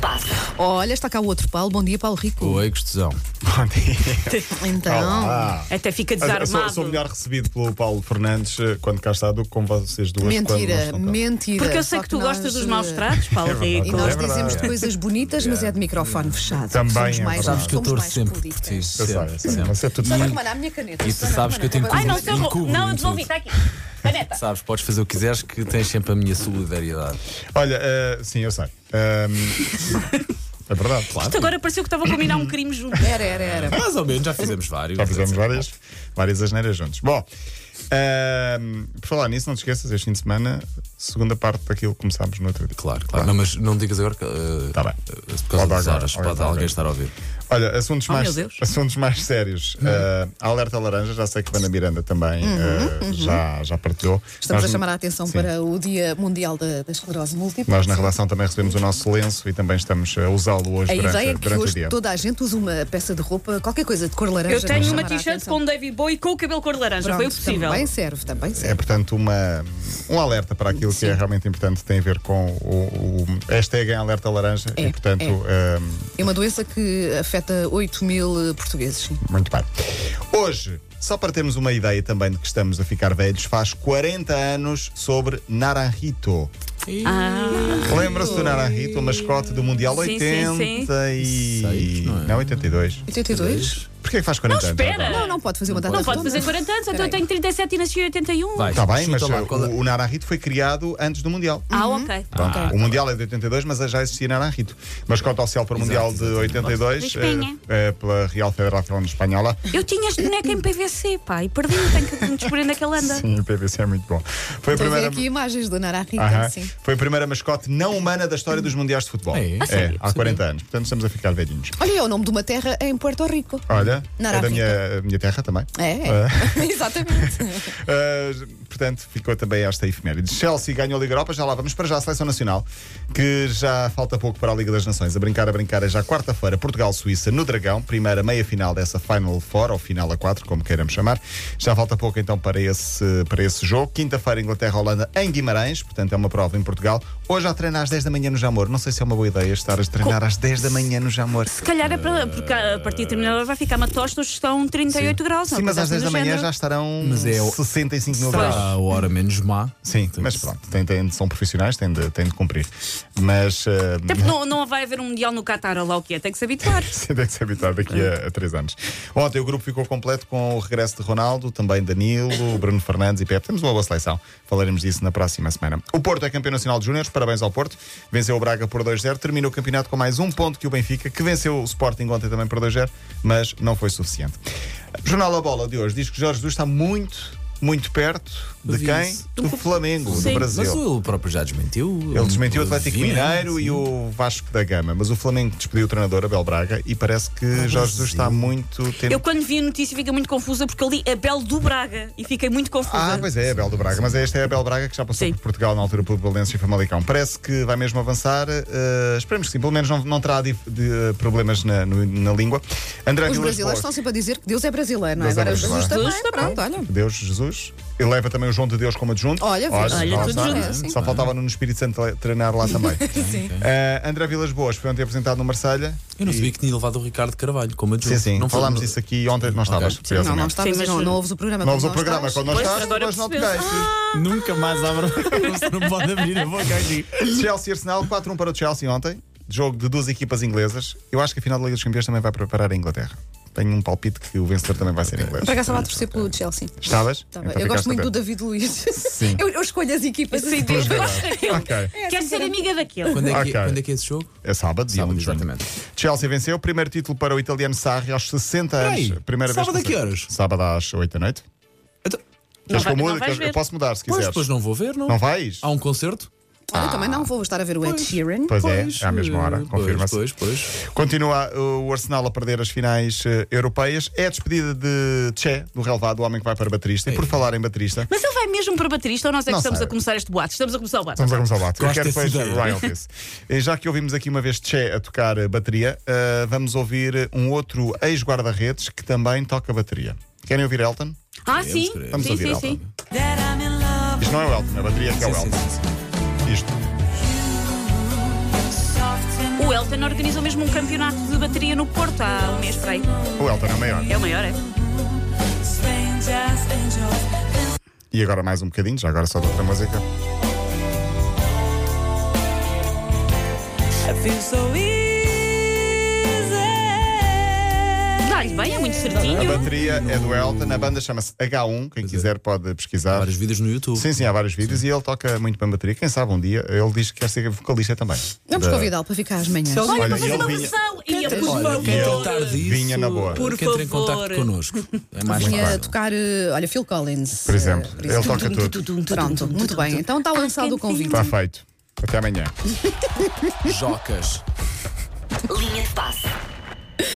passa. Olha, está cá o outro Paulo. Bom dia, Paulo Rico. Oi, gostosão. Bom dia. Então, Até fica Eu sou, desarmado. sou melhor recebido pelo Paulo Fernandes eh, quando cá está do que como vocês duas. quando não mentira, estão cá. mentira. Porque eu Só sei que tu nós, gostas dos eh, maus tratos, Paulo E Rico. É nós verdade. dizemos coisas bonitas, mas é de microfone fechado. Também somos é mais, verdade. Sabes que eu somos torço mais sempre por ti. puristas. Eu sei, Sempre, eu sei, sempre. mas é tudo Só para bem. comandar a minha caneta. E tu Só para sabes que eu tenho comandar. Ai, não, Encubro- seu roubo. encubro Não, em eu devolvi, tudo. está aqui. Caneta. Sabes, podes fazer o que quiseres, que tens sempre a minha solidariedade. Olha, eh, sim, eu sei. Ahm, é verdade. Claro. Isto Então agora pareceu que estava a combinar um crime junto. Era, era, era. Mais ou menos, já fizemos vários. Já fizemos várias, várias asneiras juntos. Bom, ahm, por falar nisso, não te esqueças, este fim de semana, segunda parte daquilo que começámos no outro dia. Claro, claro. Não, mas não digas agora que. eh, Tá bem. eh, Por Pode causa das agora, horas, agora, pode agora. alguém estar a ouvir. Olha, assuntos, Oh, meu mais, Deus. assuntos mais sérios. Eh, a Alerta Laranja, já sei que Vana Miranda também eh, Já, já partilhou. Estamos Nós- a chamar a atenção Sim. para o Dia Mundial da, da Esclerose Múltipla. Nós na relação também recebemos o nosso lenço e também estamos a usá-lo hoje A durante, ideia é que durante o hoje dia. toda a gente usa uma peça de roupa, qualquer coisa de cor laranja. Eu para tenho uma chamar a t-shirt atenção. com um David Bowie com o cabelo cor de laranja. Pronto, Foi o possível. Também serve, também É, serve. portanto, uma, um alerta para aquilo que é realmente importante, tem a ver com o, o hashtag em alerta laranja É, e, portanto, hum, É uma doença que afeta 8 mil eh, portugueses. sim. muito bem. Hoje, só para termos uma ideia também de que estamos a ficar velhos, faz 40 anos sobre Naranjito. Ah. Lembra-se do Naranjito, o mascote do Mundial Sim, 80 sim, e... Seis, não é? não, 82. 82? Porquê que faz 40 Não, anos? espera. agora? Não, não pode fazer uma data Não pode redonda. fazer 40 anos, então Espera eu aí. tenho 37 e um. nasci em 81. Vai. Está bem, Chuta mas lá, uh, qual é- o, o Naranjito foi criado antes do Mundial. Ah, Uhum. ok. Pronto, o Mundial é de 82, mas já existia Naranjito. Mascote oficial para o Exato, Mundial de exato. 82, De Espanha. eh, eh, pela Real Federação Espanhola. Eu tinha este boneco em PVC, pá, e perdi, tenho que me descobrir onde é que ele anda. Sim, o PVC é muito bom. Foi a Estou a ver primeira. Então, aqui imagens do Nararrita, Aham. sim. Foi a primeira mascote não humana da história dos Mundiais de Futebol. É? Ah, sério? há 40 anos. Portanto, estamos a ficar velhinhos. Olha, é o nome de uma terra em Puerto Rico. Olha, é Naranjito. da minha, a minha terra também. É, Ah. é. exatamente. Uh, portanto, ficou também esta efeméride. Chelsea ganhou a Liga Europa, já lá vamos para já a Seleção Nacional, que já falta pouco para a Liga das Nações. A brincar, a brincar é já quarta-feira, Portugal-Suíça no Dragão, primeira meia-final dessa Final Four, ou Final a 4, como queiramos chamar. Já falta pouco então para esse, para esse jogo. Quinta-feira, Inglaterra-Holanda em Guimarães, portanto é uma prova em Portugal. Hoje a treinar às 10 da manhã no Jamor. Não sei se é uma boa ideia estar a treinar às 10 da manhã no Jamor. Se calhar é para. Porque a partir de terminador vai ficar uma tosta, hoje estão 38 graus. Sim, mas às 10 da manhã já estarão Mas é o- 65 mil graus. Será Tá, a hora menos má. Então, Sim, mas pronto, tem- tem- são profissionais, têm de, têm de cumprir. Mas eh, Até porque não, não vai haver um mundial no Qatar, olha lá o que é, tem que se habituar. sim, tem que se habitar daqui a, a três anos. Ontem o grupo ficou completo com o regresso de Ronaldo, também Danilo, Bruno Fernandes e Pepe. Temos uma boa seleção, falaremos disso na próxima semana. O Porto é campeão nacional de Júniores, parabéns ao Porto. Venceu o Braga por 2-0, terminou o campeonato com mais um ponto que o Benfica, que venceu o Sporting ontem também por 2-0, mas não foi suficiente. Jornal A Bola de hoje diz que Jorge Jesus está muito, muito perto de Eu vi quem? isso. Um Do Flamengo, do Sim. Brasil. Mas ele próprio já desmentiu. Ele desmentiu o Atlético Vi, né? Mineiro e o Vasco da Gama, mas o Flamengo despediu o treinador Abel Braga e parece que Jorge Jesus está muito tempo. Eu quando vi a notícia fiquei muito confusa porque eu li Abel do Braga e fiquei muito confusa. Ah, pois é, Abel do Braga, mas esta é Abel Braga que já passou Sim. por Portugal na altura por Valência e Famalicão. Parece que vai mesmo avançar, eh, esperemos que sim, pelo menos não, não terá dif- de- eh, problemas na, no- na língua. André Os Vilas brasileiros Boas. estão sempre a dizer que Deus é brasileiro, não é? Deus é Agora Jesus brasileiro. também, Jesus também. pronto, olha. Deus, Jesus, e leva também o João de Deus como adjunto. Olha, vês? Olha, lá tudo está. junto. Sim. Só faltava no Espírito Santo treinar lá também. Eh, André Vilas Boas foi ontem apresentado no Marselha Eu não e- sabia que tinha levado o Ricardo Carvalho como adjunto. Sim, sim, Não foi- falámos disso aqui ontem, não estavas, Sim, Não, curiosamente. não estavas, Sim, mas- não, não ouves o programa. Não quando ouves o programa estás. quando não Pois, estás, agora mas não te percebeu. queixas. Nunca mais abro. Você não pode abrir a boca aqui. Chelsea Arsenal, 4-1 para o Chelsea ontem. Jogo de duas equipas inglesas. Eu acho que a final da Liga dos Campeões também vai preparar a Inglaterra. Tenho um palpite que o vencedor também vai ser inglês. Para cá estava a torcer pelo Chelsea. Estavas? Tá bem. Então eu gosto ficaste muito do atento. David Luiz. Eu, eu escolho as equipas. assim, Sim, Sim, eu gosto daquele. Ok. Quero ser amiga daquele. Quando é, que, Ok. quando é que é esse jogo? É sábado, dia Sábado, 1 de junho. exatamente. Chelsea venceu. Primeiro título para o italiano Sarri aos 60 anos. Peraí, Primeira vez sábado a que que horas? Sábado às 8 da noite. Então, Não Queres que eu vai- não mude? vais Queres- Eu ver. posso mudar se pois, quiseres. depois não vou ver, não? Não vais? Há um concerto? Olha, também não vou estar a ver o Ed Sheeran. Pois é, Pois, é à mesma hora, pois, confirma-se. Pois, pois. Continua uh, o Arsenal a perder as finais uh, europeias. É a despedida de Che, do relevado, o homem que vai para baterista. E por falar em baterista, Mas ele vai mesmo para baterista ou nós é que Não estamos sei. a começar este boato? Estamos a começar o boato. estamos a começar o bate. Eu Gosto quero dessa depois ideia. royalties. Eh, Já que ouvimos aqui uma vez Che a tocar eh, bateria, eh, vamos ouvir um outro ex-guarda-redes que também toca bateria. Querem ouvir Elton? Ah, sim. queremos. Vamos Sim, ouvir sim, Elton. sim. Isto não é o Elton, a bateria é que é o Sim, sim, Elton. sim, sim. Isto. O Elton organizou mesmo um campeonato de bateria no Porto há um mês para aí. O Elton é o maior. É o maior, é? Strangers, angels, E agora mais um bocadinho, já agora só de outra música. I feel so easy. Dá-lhe bem, é muito A certinho. bateria é do Elton, a banda chama-se H1, quem é. quiser pode Há pesquisar. vários vídeos no YouTube. Sim, sim, há vários vídeos e ele toca muito bem bateria. Quem sabe um dia ele diz que quer ser vocalista também. Vamos Da- convidá-lo para ficar às manhãs. Olha, Olha, Olha, para fazer ele uma vinha- versão. E é Canta- por Olha, tá quem favor. tentar disso, Vinha na boa. Por que entre em favor. contato connosco. É mais Vinha claro. tocar, eh, olha, Phil Collins. Por exemplo, eh, ele toca tudo. Pronto, muito bem. Então está lançado o convite. Está feito. Até amanhã. Jocas. Linha de passe.